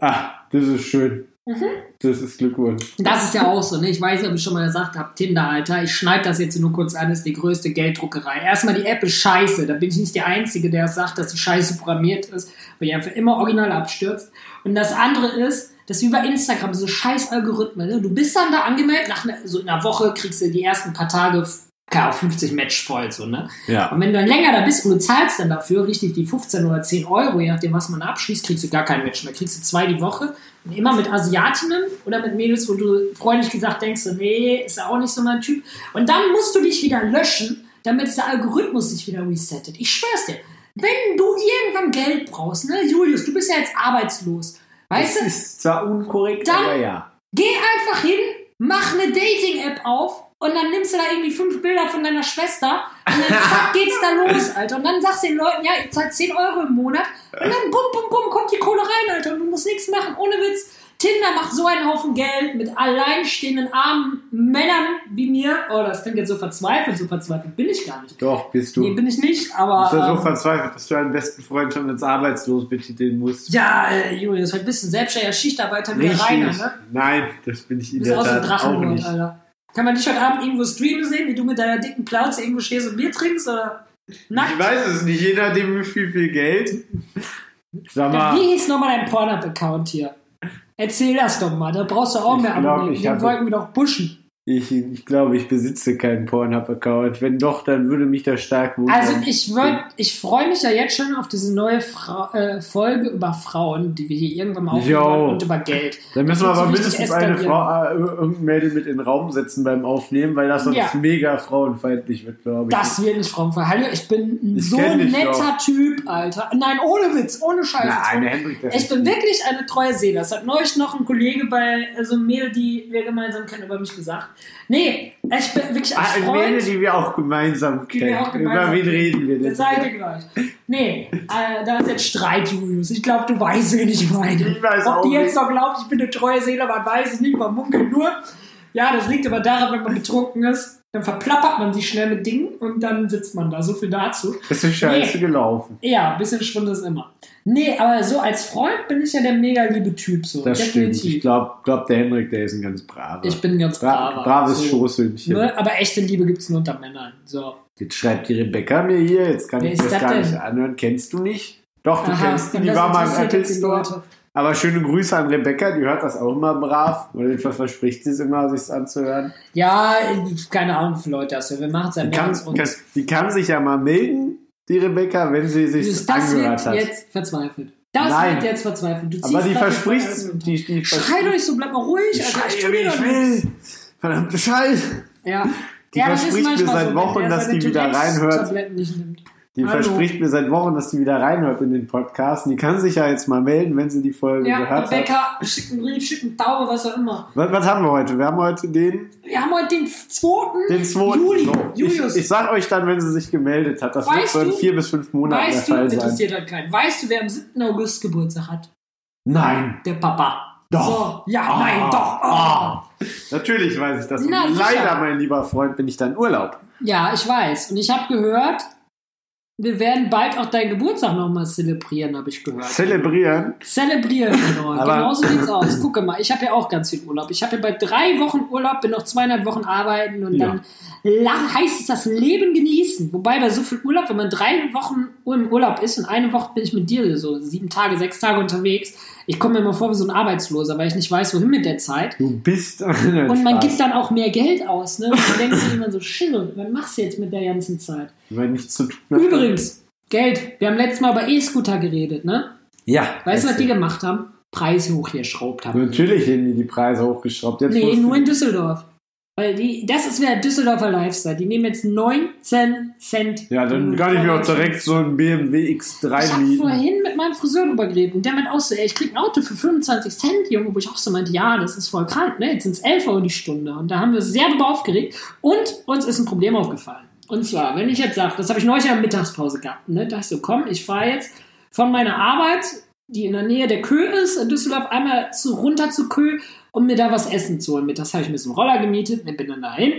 S2: Ah, das ist schön.
S1: Mhm.
S2: Das ist Glückwunsch.
S1: Das ist ja auch so, ne? Ich weiß, nicht, ob ich schon mal gesagt habe, Tinder, Alter, ich schneide das jetzt nur kurz an, ist die größte Gelddruckerei. Erstmal, die App ist scheiße. Da bin ich nicht der Einzige, der sagt, dass sie scheiße programmiert ist, weil die einfach immer original abstürzt. Und das andere ist, dass wie bei Instagram, diese scheiß Algorithmen, ne? du bist dann da angemeldet, nach ne, so in einer Woche kriegst du die ersten paar Tage, klar, 50 Match voll, so, ne?
S2: Ja.
S1: Und wenn du dann länger da bist und du zahlst dann dafür richtig die 15 oder 10 Euro, je nachdem, was man abschließt, kriegst du gar keinen Match mehr. Kriegst du zwei die Woche. Und immer mit Asiatinnen oder mit Mädels, wo du freundlich gesagt denkst, so, nee, ist ja auch nicht so mein Typ. Und dann musst du dich wieder löschen, damit der Algorithmus sich wieder resettet. Ich schwör's dir. Wenn du irgendwann Geld brauchst, ne, Julius, du bist ja jetzt arbeitslos. Weißt du?
S2: Das ist zwar unkorrekt,
S1: Dann-
S2: aber ja.
S1: Geh einfach hin, mach eine Dating-App auf und dann nimmst du da irgendwie fünf Bilder von deiner Schwester und
S2: *laughs*
S1: dann zack, geht's da los, Alter. Und dann sagst du den Leuten, ja, ihr zahlt 10 Euro im Monat und dann bum, bum, bum, kommt die Kohle rein, Alter. Und du musst nichts machen, ohne Witz. Tinder macht so einen Haufen Geld mit alleinstehenden armen Männern wie mir. Oh, das klingt jetzt so verzweifelt, so verzweifelt bin ich gar nicht.
S2: Doch, bist du.
S1: Nee, bin ich nicht, aber.
S2: bist du so
S1: ähm,
S2: verzweifelt, dass du deinen besten Freund schon als arbeitslos betiteln musst?
S1: ja, äh, Julius, heute bist du ein selbstständiger Schichtarbeiter wie der Rainer, ne?
S2: Nein, das bin ich in
S1: Du bist
S2: der
S1: auch so ein
S2: Tat auch
S1: Drachenlord,
S2: nicht.
S1: Alter. Kann man dich heute Abend irgendwo streamen sehen, wie du mit deiner dicken Plauze irgendwo stehst und Bier trinkst? Oder
S2: Ich
S1: nackt?
S2: weiß es nicht, je nachdem wie viel, viel Geld. Sag mal,
S1: Wie hieß nochmal dein Pornhub-Account hier? Erzähl das doch mal, da brauchst du auch
S2: Ich
S1: mehr
S2: glaub,
S1: Abonnenten.
S2: ich
S1: Den
S2: hatte-
S1: wollten wir doch pushen.
S2: ich, ich glaube, ich besitze keinen Pornhub-Account. Wenn doch, dann würde mich das stark wundern.
S1: Also ich würd, ich freue mich ja jetzt schon auf diese neue Fra äh, Folge über Frauen, die wir hier irgendwann mal aufnehmen
S2: Jo.
S1: wollen und über Geld.
S2: dann müssen wir
S1: das
S2: aber
S1: wird so
S2: mindestens
S1: richtig
S2: eine
S1: eskalieren.
S2: Frau, äh, irgendein Mädel mit in den Raum setzen beim Aufnehmen, weil das sonst
S1: Ja.
S2: mega frauenfeindlich wird, glaube ich.
S1: Das wird nicht Frauenfall. Hallo, ich bin ein
S2: Ich
S1: so
S2: kenn dich
S1: netter
S2: doch.
S1: Typ, Alter. Nein, ohne Witz, ohne Scheiß.
S2: Nein,
S1: ohne
S2: Hendrik, das
S1: Ich
S2: ist
S1: bin
S2: nicht-
S1: also wirklich eine treue Seele. Das hat neulich noch ein Kollege bei so einem Mädel, die wir gemeinsam kennen, über mich gesagt. Nee, ich bin wirklich als
S2: Ah,
S1: Freund.
S2: Werte, die wir auch gemeinsam
S1: Die wir
S2: kennen.
S1: auch gemeinsam
S2: Über wen reden wir
S1: Das
S2: denn?
S1: sage ich dir gleich. Nee, äh, da ist jetzt Streit, Julius. Ich glaube, du weißt, wen ich meine.
S2: Ich weiß
S1: Ob
S2: auch
S1: die
S2: nicht.
S1: jetzt noch glaubt, ich bin eine treue Seele, man weiß es nicht, man munkelt nur. Ja, das liegt aber daran, wenn man betrunken ist, dann verplappert man sich schnell mit Dingen und dann sitzt man da. So viel dazu.
S2: Das ist scheiße gelaufen.
S1: Ja, ein bisschen Schwund ist immer. Nee, aber so als Freund bin ich ja der mega liebe Typ. So.
S2: Das stimmt. Ich
S1: Definitiv.
S2: glaube, glaub, der Henrik, der ist ein ganz braver.
S1: Ich bin ein ganz
S2: Bra
S1: braver.
S2: braves
S1: so.
S2: Schoßhündchen.
S1: ne? Aber echte Liebe gibt es nur unter Männern. So.
S2: Jetzt schreibt die Rebecca mir hier, jetzt kann
S1: Wer
S2: ich
S1: ist
S2: das
S1: das
S2: gar
S1: denn?
S2: nicht anhören. Kennst du nicht? Doch, du
S1: Aha,
S2: kennst die,
S1: und
S2: die
S1: das
S2: war mal im
S1: interessiert
S2: Apple
S1: jetzt die
S2: Store.
S1: Leute.
S2: Aber schöne Grüße an Rebecca, die hört das auch immer brav. Oder jedenfalls verspricht sie es immer, sich anzuhören.
S1: Ja, keine Ahnung, wie viele Leute das sind. Wir machen es ja
S2: Die
S1: mehr
S2: kann,
S1: als uns.
S2: kann, die kann sich ja mal melden, die Rebecca, wenn sie sich
S1: Dieses, das
S2: angehört
S1: wird
S2: hat.
S1: jetzt verzweifelt. Das
S2: Nein.
S1: wird jetzt verzweifelt. Du
S2: Aber
S1: ziehst
S2: die
S1: grad
S2: verspricht
S1: die Folge.
S2: die, die
S1: Schreit
S2: verspricht.
S1: euch so, bleibt mal ruhig.
S2: Ich
S1: Alter,
S2: schreie,
S1: tu
S2: wie
S1: doch
S2: ich
S1: nichts.
S2: will. Verdammte Scheiße.
S1: Ja.
S2: Die
S1: ja, das ist
S2: verspricht mir
S1: manchmal
S2: seit
S1: so,
S2: Wochen,
S1: wenn der
S2: dass
S1: seine
S2: die wieder
S1: Tourette's
S2: reinhört.
S1: Tabletten nicht nimmt.
S2: Die
S1: Hallo.
S2: verspricht mir seit Wochen, dass die wieder reinhört in den Podcast. Und die kann sich ja jetzt mal melden, wenn sie die Folge
S1: Ja,
S2: gehört hat.
S1: Rebecca, schickt einen Brief, schickt einen Taube, was auch immer.
S2: Was, was haben wir heute? Wir haben heute den,
S1: Wir haben heute den 2.
S2: den 2.
S1: Juli.
S2: So,
S1: Julius.
S2: Ich, ich sag euch dann, wenn sie sich gemeldet hat. Das
S1: Weißt
S2: wird so in
S1: du-
S2: vier bis fünf Monaten
S1: weißt du,
S2: der Fall sein.
S1: interessiert halt keinen. Weißt du, wer am 7. August Geburtstag hat?
S2: Nein,
S1: Der Papa.
S2: Doch.
S1: So. Ja,
S2: Ah.
S1: nein, doch.
S2: Ah. natürlich weiß ich das. Und
S1: Na, sicher.
S2: Leider, mein lieber Freund, bin ich dann Urlaub.
S1: Ja, ich weiß. Und ich habe gehört, wir werden bald auch deinen Geburtstag nochmal zelebrieren, habe ich gehört.
S2: Zelebrieren.
S1: zelebrieren, genau.
S2: Aber-
S1: genau so
S2: *clears throat*
S1: sieht's aus. Gucke mal, ich habe ja auch ganz viel Urlaub. Ich habe ja bald drei Wochen Urlaub, bin noch zweieinhalb Wochen arbeiten und
S2: Ja.
S1: dann lang heißt es das Leben genießen. Wobei bei so viel Urlaub, wenn man drei Wochen im Urlaub ist und eine Woche bin ich mit dir so sieben Tage, sechs Tage unterwegs, ich komme mir immer vor wie so ein Arbeitsloser, weil ich nicht weiß, wohin mit der Zeit.
S2: Du bist ein
S1: Und man
S2: Spaß.
S1: gibt dann auch mehr Geld aus, ne? Und man denkt sich immer so, Schille, was machst du jetzt mit der ganzen Zeit?
S2: Wenn nichts zu tun hat.
S1: Übrigens, Geld. Wir haben letztes Mal über E-Scooter geredet, ne?
S5: Ja.
S1: Weißt du, was die gemacht haben? Preise hochgeschraubt haben.
S2: Natürlich haben die die Preise hochgeschraubt. Jetzt
S1: Nee,
S2: musst
S1: nur
S2: du-
S1: in Düsseldorf. Weil die, das ist wieder Düsseldorfer Lifestyle. Die nehmen jetzt 19 Cent.
S2: Ja, dann kann ich mir auch direkt so einen BMW
S1: Ich
S2: X3
S1: habe
S2: mieten.
S1: vorhin mit meinem Friseur drüber geredet und der meint auch so, ey, ich krieg ein Auto für 25 Cent, Junge, wo ich auch so meinte, ja, das ist voll krank, ne? Jetzt sind es 11 Euro die Stunde und da haben wir uns sehr drüber aufgeregt und uns ist ein Problem aufgefallen. Und zwar, wenn ich jetzt sage, das habe ich neulich in der Mittagspause gehabt, ne? Da ich so, komm, ich fahre jetzt von meiner Arbeit, die in der Nähe der Kö ist, in Düsseldorf, einmal zu, runter zu Kö, um mir da was Essen zu holen. Mit das habe ich mir so einen Roller gemietet, ne, bin dann dahin.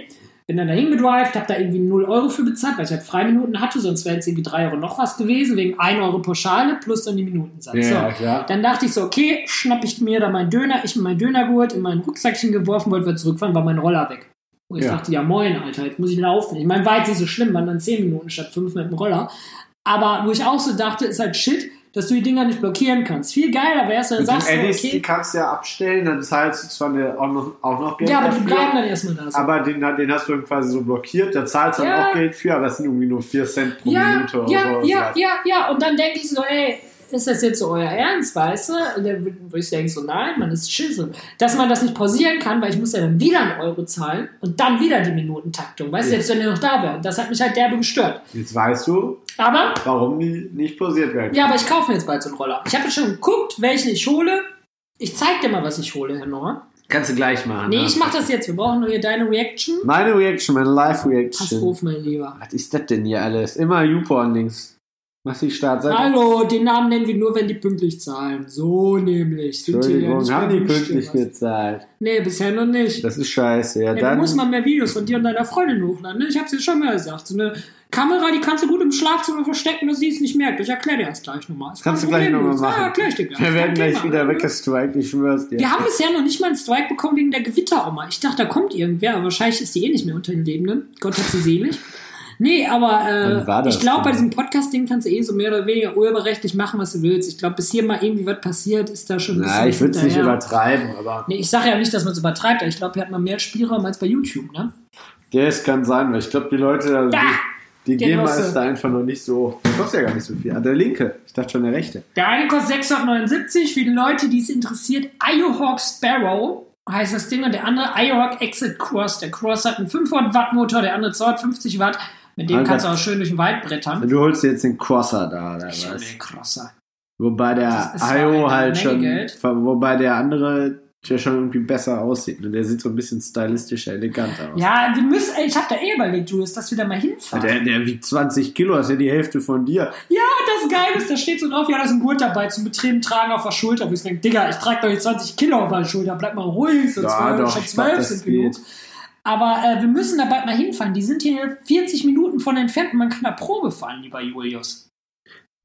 S1: Bin dann dahin gedrived, habe da irgendwie 0 Euro für bezahlt, weil ich halt Freiminuten hatte, sonst wären es irgendwie 3 Euro noch was gewesen, wegen 1 Euro Pauschale plus dann die Minutensatz.
S2: Ja, ja,
S1: so.
S2: klar.
S1: Dann dachte ich so, okay, schnapp ich mir da meinen Döner, ich mir meinen Döner geholt, in mein Rucksackchen geworfen, wollte wieder zurückfahren, war mein Roller weg. Und ich
S2: Ja.
S1: dachte, ja moin, Alter, jetzt muss ich laufen. Ich meine, war jetzt nicht so schlimm, waren dann 10 Minuten statt 5 mit dem Roller. Aber wo ich auch so dachte, ist halt shit, dass du die Dinger nicht blockieren kannst. Viel geiler wär's, wenn du
S2: Mit den
S1: sagst, so,
S2: Eddies, die
S1: okay,
S2: kannst du ja abstellen, dann zahlst du zwar eine, auch, noch, auch noch Geld
S1: ja, aber die
S2: dafür,
S1: bleiben dann erstmal da. So.
S2: aber den, den hast du dann quasi so blockiert, da zahlst du dann
S1: Ja.
S2: auch Geld für, aber das sind irgendwie nur 4 Cent pro
S1: ja,
S2: Minute oder
S1: ja,
S2: so.
S1: ja, ja, ja. Und dann denke ich so, ey, ist das jetzt so euer Ernst, weißt du? Und dann würde ich denken so, nein, man ist schisse. Dass man das nicht pausieren kann, weil ich muss ja dann wieder einen Euro zahlen und dann wieder die Minutentaktung, weißt du,
S2: Ja.
S1: selbst wenn ihr noch da wäre. Das hat mich halt derbe gestört.
S2: Jetzt weißt du,
S1: Aber,
S2: warum die nicht pausiert werden.
S1: ja, aber ich kaufe mir jetzt bald so einen Roller. Ich habe jetzt schon geguckt, welchen ich hole. Ich zeig dir mal, was ich hole, Herr Noah.
S2: Kannst du gleich machen. ne?
S1: Nee,
S2: ja.
S1: ich mach das jetzt. Wir brauchen nur hier deine Reaction.
S2: Meine Reaction, meine
S1: Pass
S2: Live-Reaction.
S1: auf, mein Lieber.
S2: Was ist das denn hier alles? Immer YouPorn-Links. Mach die Startseite.
S1: Hallo, den Namen nennen wir nur, wenn die pünktlich zahlen. So nämlich. Sind hier ja
S2: Entschuldigung,
S1: nicht
S2: haben die
S1: verwünscht,
S2: pünktlich
S1: was.
S2: gezahlt?
S1: Nee, bisher noch nicht.
S2: Das ist scheiße. Ja,
S1: Ey, du
S2: dann.
S1: musst mal mehr Videos von dir und deiner Freundin hochladen. Ne? Ich hab's dir schon mal gesagt. So eine Kamera, die kannst du gut im Schlafzimmer verstecken, dass sie es nicht merkt. Ich erkläre dir das gleich nochmal. Ist
S2: Kannst
S1: kein
S2: du
S1: Problem,
S2: gleich noch mal
S1: Jungs.
S2: machen.
S1: Ja, erklär ich dir Ah, gleich.
S2: wir werden
S1: Kein
S2: gleich
S1: Thema,
S2: wieder
S1: ne?
S2: weggestrikt, ich schwör's dir.
S1: Wir haben bisher noch nicht mal einen Strike bekommen wegen der Gewitteroma. Ich dachte, da kommt irgendwer, aber wahrscheinlich ist die eh nicht mehr unter den Lebenden. Gott hat sie
S2: *laughs*
S1: selig. Nee,
S2: Wann war
S1: aber äh,
S2: das
S1: ich glaube,
S2: denn?
S1: bei diesem Podcast-Ding kannst du eh so mehr oder weniger urheberrechtlich machen, was du willst. Ich glaube, bis hier mal irgendwie was passiert, ist da schon ein
S2: Na, ich
S1: bisschen
S2: würde es nicht
S1: hinterher.
S2: übertreiben, aber
S1: Nee, ich sage ja nicht, dass man es übertreibt, aber ich glaube, hier hat man mehr Spielraum als bei YouTube, ne?
S2: das kann sein, weil ich glaube, die Leute, also
S1: Da!
S2: die, die GEMA
S1: Genosse.
S2: ist da einfach noch nicht so hoch. Das kostet ja gar nicht so viel. Ah, der linke, ich dachte schon der rechte.
S1: Der eine kostet 679, für die Leute, die es interessiert, Iohawk Sparrow heißt das Ding und der andere Iohawk Exit Cross. Der Cross hat einen 500 Watt Motor, der andere 250 Watt. Mit dem
S2: Alter.
S1: kannst du auch schön durch den Wald brettern.
S2: Du holst dir jetzt den Crosser da, oder
S1: Ich will
S2: was?
S1: den Crosser.
S2: Wobei der
S1: Das ist zwar
S2: IO
S1: eine
S2: halt
S1: Menge
S2: schon,
S1: Geld.
S2: wobei der andere der schon irgendwie besser aussieht. Ne? Der sieht so ein bisschen stylistischer, eleganter aus.
S1: Ja, wir müssen, ich habe da eh überlegt, Julius, dass wir da mal hinfahren.
S2: Der, der wiegt 20 Kilo, ist ja die Hälfte von dir.
S1: Ja, das Geile ist, da steht so drauf, ja, da ist ein Gurt dabei zum Betrieben tragen auf der Schulter. Wo ich denke, Digga, ich trage doch nicht 20 Kilo auf der Schulter, bleib mal ruhig, so
S2: Ja, doch,
S1: schon
S2: ich glaub,
S1: 12
S2: das
S1: sind
S2: geht.
S1: genug. Aber äh, wir müssen da bald mal hinfahren. Die sind hier 40 Minuten von entfernt und man kann da Probe fahren, lieber Julius.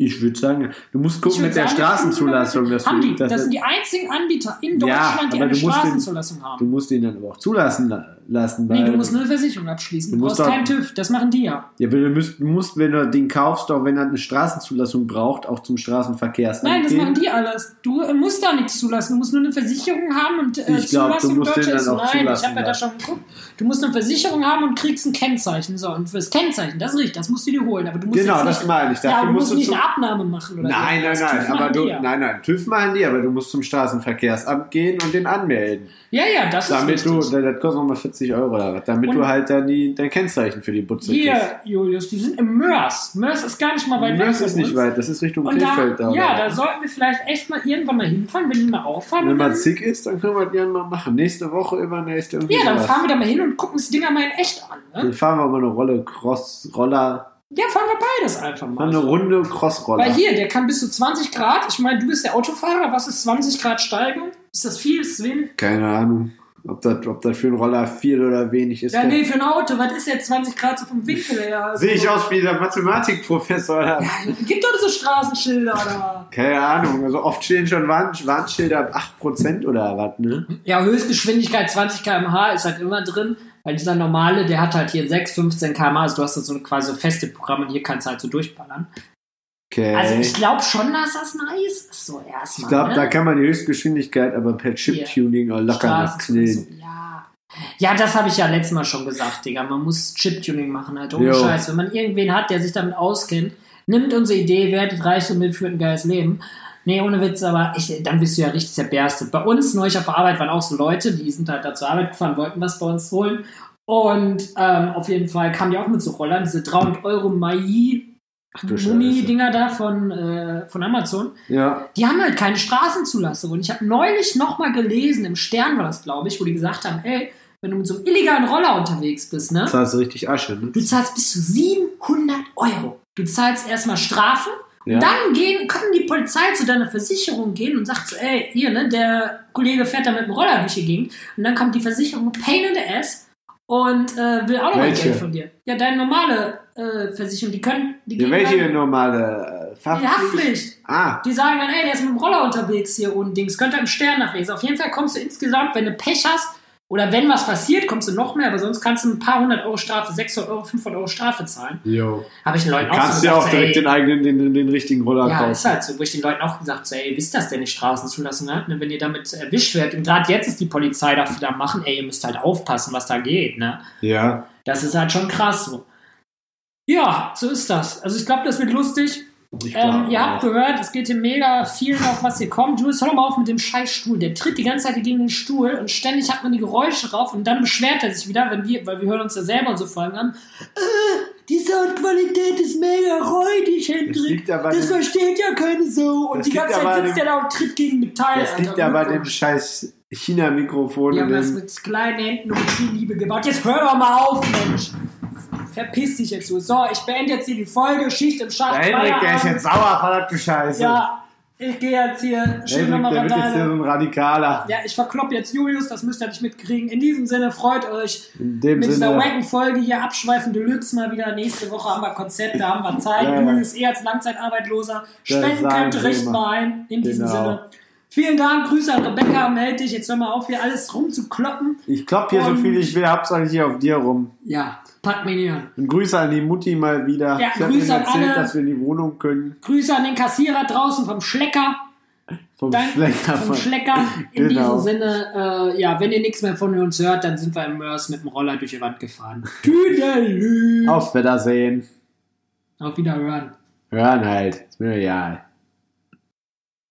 S2: Ich würde sagen, du musst
S1: Ich
S2: gucken mit
S1: würd
S2: der
S1: sagen,
S2: Straßenzulassung, dass
S1: haben
S2: du,
S1: die,
S2: dass
S1: das sind die einzigen Anbieter in
S2: Ja,
S1: Deutschland, die
S2: aber
S1: eine
S2: du musst den-
S1: Straßenzulassung haben.
S2: du musst ihn dann aber auch zulassen la- lassen.
S1: Nee,
S2: Weil,
S1: du musst eine Versicherung abschließen. Du,
S2: Du musst
S1: brauchst
S2: doch-
S1: keinen TÜV. Das machen die ja.
S2: ja, aber du musst, du musst, wenn du den kaufst, auch wenn er eine Straßenzulassung braucht, auch zum Straßenverkehrsamt
S1: Nein, das
S2: gehen.
S1: machen die alles. Du äh, musst da nichts zulassen. Du musst nur eine Versicherung haben und äh,
S2: Ich glaub, du
S1: Zulassung
S2: musst den
S1: Deutsche
S2: dann
S1: ist.
S2: auch
S1: Nein, ich
S2: zulassen
S1: habe ja da
S2: lassen.
S1: schon geguckt. Du musst eine Versicherung haben und kriegst ein Kennzeichen. So, und fürs Kennzeichen, das ist richtig, das musst du dir holen. Aber du musst
S2: Genau,
S1: jetzt
S2: das
S1: nicht,
S2: meine ich. Dafür
S1: ja, aber du musst,
S2: musst du
S1: nicht
S2: zu-
S1: eine Abnahme machen oder
S2: Nein,
S1: so.
S2: nein,
S1: Das
S2: nein,
S1: machen
S2: aber du,
S1: die ja.
S2: nein, nein, TÜV machen die, aber du musst zum Straßenverkehrsamt gehen und den anmelden.
S1: Ja, ja, das
S2: Damit
S1: ist
S2: du,
S1: richtig.
S2: das kostet nochmal 40 Euro oder was, damit
S1: Und-
S2: du halt dann die, dein Kennzeichen für die Butze kriegst.
S1: Hier, Julius, die sind im Mörs. Mörs ist gar nicht mal weit weg.
S2: Das
S1: von
S2: ist nicht
S1: uns.
S2: weit, das ist Richtung
S1: Und da,
S2: Krefeld da.
S1: ja,
S2: oder
S1: da
S2: was.
S1: sollten wir vielleicht echt mal irgendwann mal hinfahren, wenn die mal auffahren.
S2: Wenn
S1: und
S2: man
S1: dann-
S2: sick ist, dann können wir das gerne mal machen. Nächste Woche, übernächste irgendwie
S1: ja, dann
S2: sowas.
S1: fahren wir da mal hin und gucken das Ding mal in echt an. Ne?
S2: Dann fahren wir mal eine Rolle Cross, Roller,
S1: Ja, fahren wir beides einfach mal.
S2: mal eine Runde Crossroller.
S1: Weil hier, der kann bis zu 20 Grad. Ich meine, du bist der Autofahrer. Was ist 20 Grad Steigung? Ist das viel? Ist das wenig?
S2: Keine Ahnung, ob das, ob das für einen Roller viel oder wenig ist.
S1: Ja, nee, für ein Auto. Was ist jetzt 20 Grad so vom Winkel
S2: *laughs*
S1: her? Also,
S2: Sehe ich aus wie der Mathematikprofessor oder?
S1: Gibt doch so Straßenschilder da.
S2: Keine Ahnung, also oft stehen schon Warn Warnschilder ab 8% oder was, ne?
S1: Ja, Höchstgeschwindigkeit 20 km/h ist halt immer drin. Weil dieser normale, der hat halt hier 6, 15 km/h. Also du hast da so eine quasi feste Programm und hier kannst du halt so durchballern.
S2: Okay.
S1: Also ich
S2: ich
S1: glaube schon, dass das nice ist. So erstmal.
S2: glaube,
S1: ne?
S2: da kann man die Höchstgeschwindigkeit aber per Chip-Tuning auch locker nachknillen.
S1: Straßen- Ja. ja, das habe ich ja letztes Mal schon gesagt, Digga. Man muss Chiptuning machen, halt. Ohne
S2: Jo.
S1: Scheiß. Wenn man irgendwen hat, der sich damit auskennt, nimmt unsere Idee, werdet reich und mitführt ein geiles Leben. Nee, ohne Witz, aber ich, dann bist du ja richtig zerberstet. Bei uns neulich auf der Arbeit waren auch so Leute, die sind halt da zur Arbeit gefahren, wollten was bei uns holen. Und ähm, auf jeden Fall kamen die auch mit so Rollern, diese 300 Euro Mai
S2: du Scheiße.
S1: Muni-Dinger da von, äh, von Amazon.
S2: Ja,
S1: Die haben halt keine Straßenzulassung. Und ich habe neulich nochmal gelesen, im Stern war das, glaube ich, wo die gesagt haben, ey, wenn du mit so einem illegalen Roller unterwegs bist, ne?
S2: das hast du richtig Asche, ne?
S1: Du zahlst bis zu 700 Euro. Du zahlst erstmal Strafe.
S2: Ja.
S1: Dann gehen, kann die Polizei zu deiner Versicherung gehen und sagt so, ey, hier, ne, der Kollege fährt da mit dem Roller durch die Gegend. Und dann kommt die Versicherung Pain in the Ass und äh, will auch nochmal
S2: Welche?
S1: Geld von dir. Ja, deine normale äh, Versicherung, die können, die
S2: Ja,
S1: geben
S2: welche
S1: dann-
S2: normale äh,
S1: Die Haftpflicht.
S2: Ah,
S1: Die sagen dann, ey, der ist mit dem Roller unterwegs hier und Dings, könnt ihr im Stern nachlesen. Auf jeden Fall kommst du insgesamt, wenn du Pech hast oder wenn was passiert, kommst du noch mehr, aber sonst kannst du ein paar hundert Euro Strafe, 600 Euro, 500 Euro Strafe zahlen.
S2: jo.
S1: Habe ich den Leuten
S2: Du
S1: auch
S2: kannst
S1: so
S2: ja
S1: gesagt,
S2: auch direkt
S1: so,
S2: den eigenen, den, den richtigen Roller
S1: ey, ja,
S2: kaufen.
S1: ist halt so, wo ich den Leuten auch gesagt so, ey, wisst ihr, dass der nicht Straßenzulassung hat, ne? wenn ihr damit erwischt werdet. Und gerade jetzt ist die Polizei dafür da machen, ey, ihr müsst halt aufpassen, was da geht, ne?
S2: Ja.
S1: Das ist halt schon krass so. Ja, so ist das. Also ich glaube, das wird lustig. Ähm, ihr habt gehört, es geht hier mega viel noch, was hier kommt. Julius, hör doch mal auf mit dem Scheißstuhl. Der tritt die ganze Zeit gegen den Stuhl und ständig hat man die Geräusche rauf und dann beschwert er sich wieder, wenn wir, weil wir hören uns ja selber so Folgen an. Äh, die Soundqualität ist mega räudig,
S2: Das
S1: Hendrik.
S2: liegt ja bei
S1: Das
S2: dem-
S1: versteht ja keine so. Und
S2: Das
S1: die ganze
S2: liegt aber
S1: Zeit
S2: an
S1: sitzt
S2: dem-
S1: er da und tritt gegen Metall.
S2: Das liegt
S1: Alter.
S2: ja bei dem scheiß China-Mikrofon.
S1: Wir
S2: und
S1: haben das
S2: dem-
S1: mit kleinen Händen und viel Liebe gebaut. Jetzt hör doch mal auf, Mensch. Verpiss dich jetzt, du. So, ich beende jetzt hier die Folge. Schicht im Schacht.
S2: Der Henrik, der ist
S1: Feierabend.
S2: jetzt sauer, verdammte Scheiße.
S1: Ja, ich gehe jetzt hier. Schön
S2: Henrik,
S1: nochmal
S2: der wird jetzt hier so
S1: Randale.
S2: ein Radikaler.
S1: Ja, ich verklopp jetzt Julius, das müsst ihr nicht mitkriegen. In diesem Sinne, freut euch
S2: In dem
S1: mit dieser
S2: Sinne.
S1: wacken Folge hier. Abschweifen Deluxe mal wieder. Nächste Woche haben wir Konzept, da haben wir Zeit.
S2: Ja, ja.
S1: Julius eh als Langzeitarbeitloser. Spenden
S2: sagen
S1: könnt,
S2: wir
S1: richten
S2: immer.
S1: wir ein. In diesem
S2: Genau.
S1: Sinne. Vielen Dank, Grüße an Rebecca, meld dich. Jetzt hör mal auf, hier alles rumzukloppen.
S2: Ich klopp hier so
S1: Und-
S2: viel ich will, hauptsächlich hier auf dir rum.
S1: Ja, packt mich nicht an.
S2: Und Grüße an die Mutti mal wieder.
S1: Ja,
S2: ich hab
S1: Grüße
S2: ihnen
S1: an
S2: erzählt,
S1: alle.
S2: dass wir in die Wohnung können.
S1: Grüße an den Kassierer draußen vom Schlecker.
S2: Vom
S1: Dank
S2: Schlecker
S1: vom
S2: von
S1: Schlecker. In
S2: Genau.
S1: diesem Sinne, äh, ja, wenn ihr nichts mehr von uns hört, dann sind wir im Mörs mit dem Roller durch die Wand gefahren. Tüdelü.
S2: Auf Wiedersehen.
S1: Auf Wiederhören.
S2: Hören halt. Ist mir egal.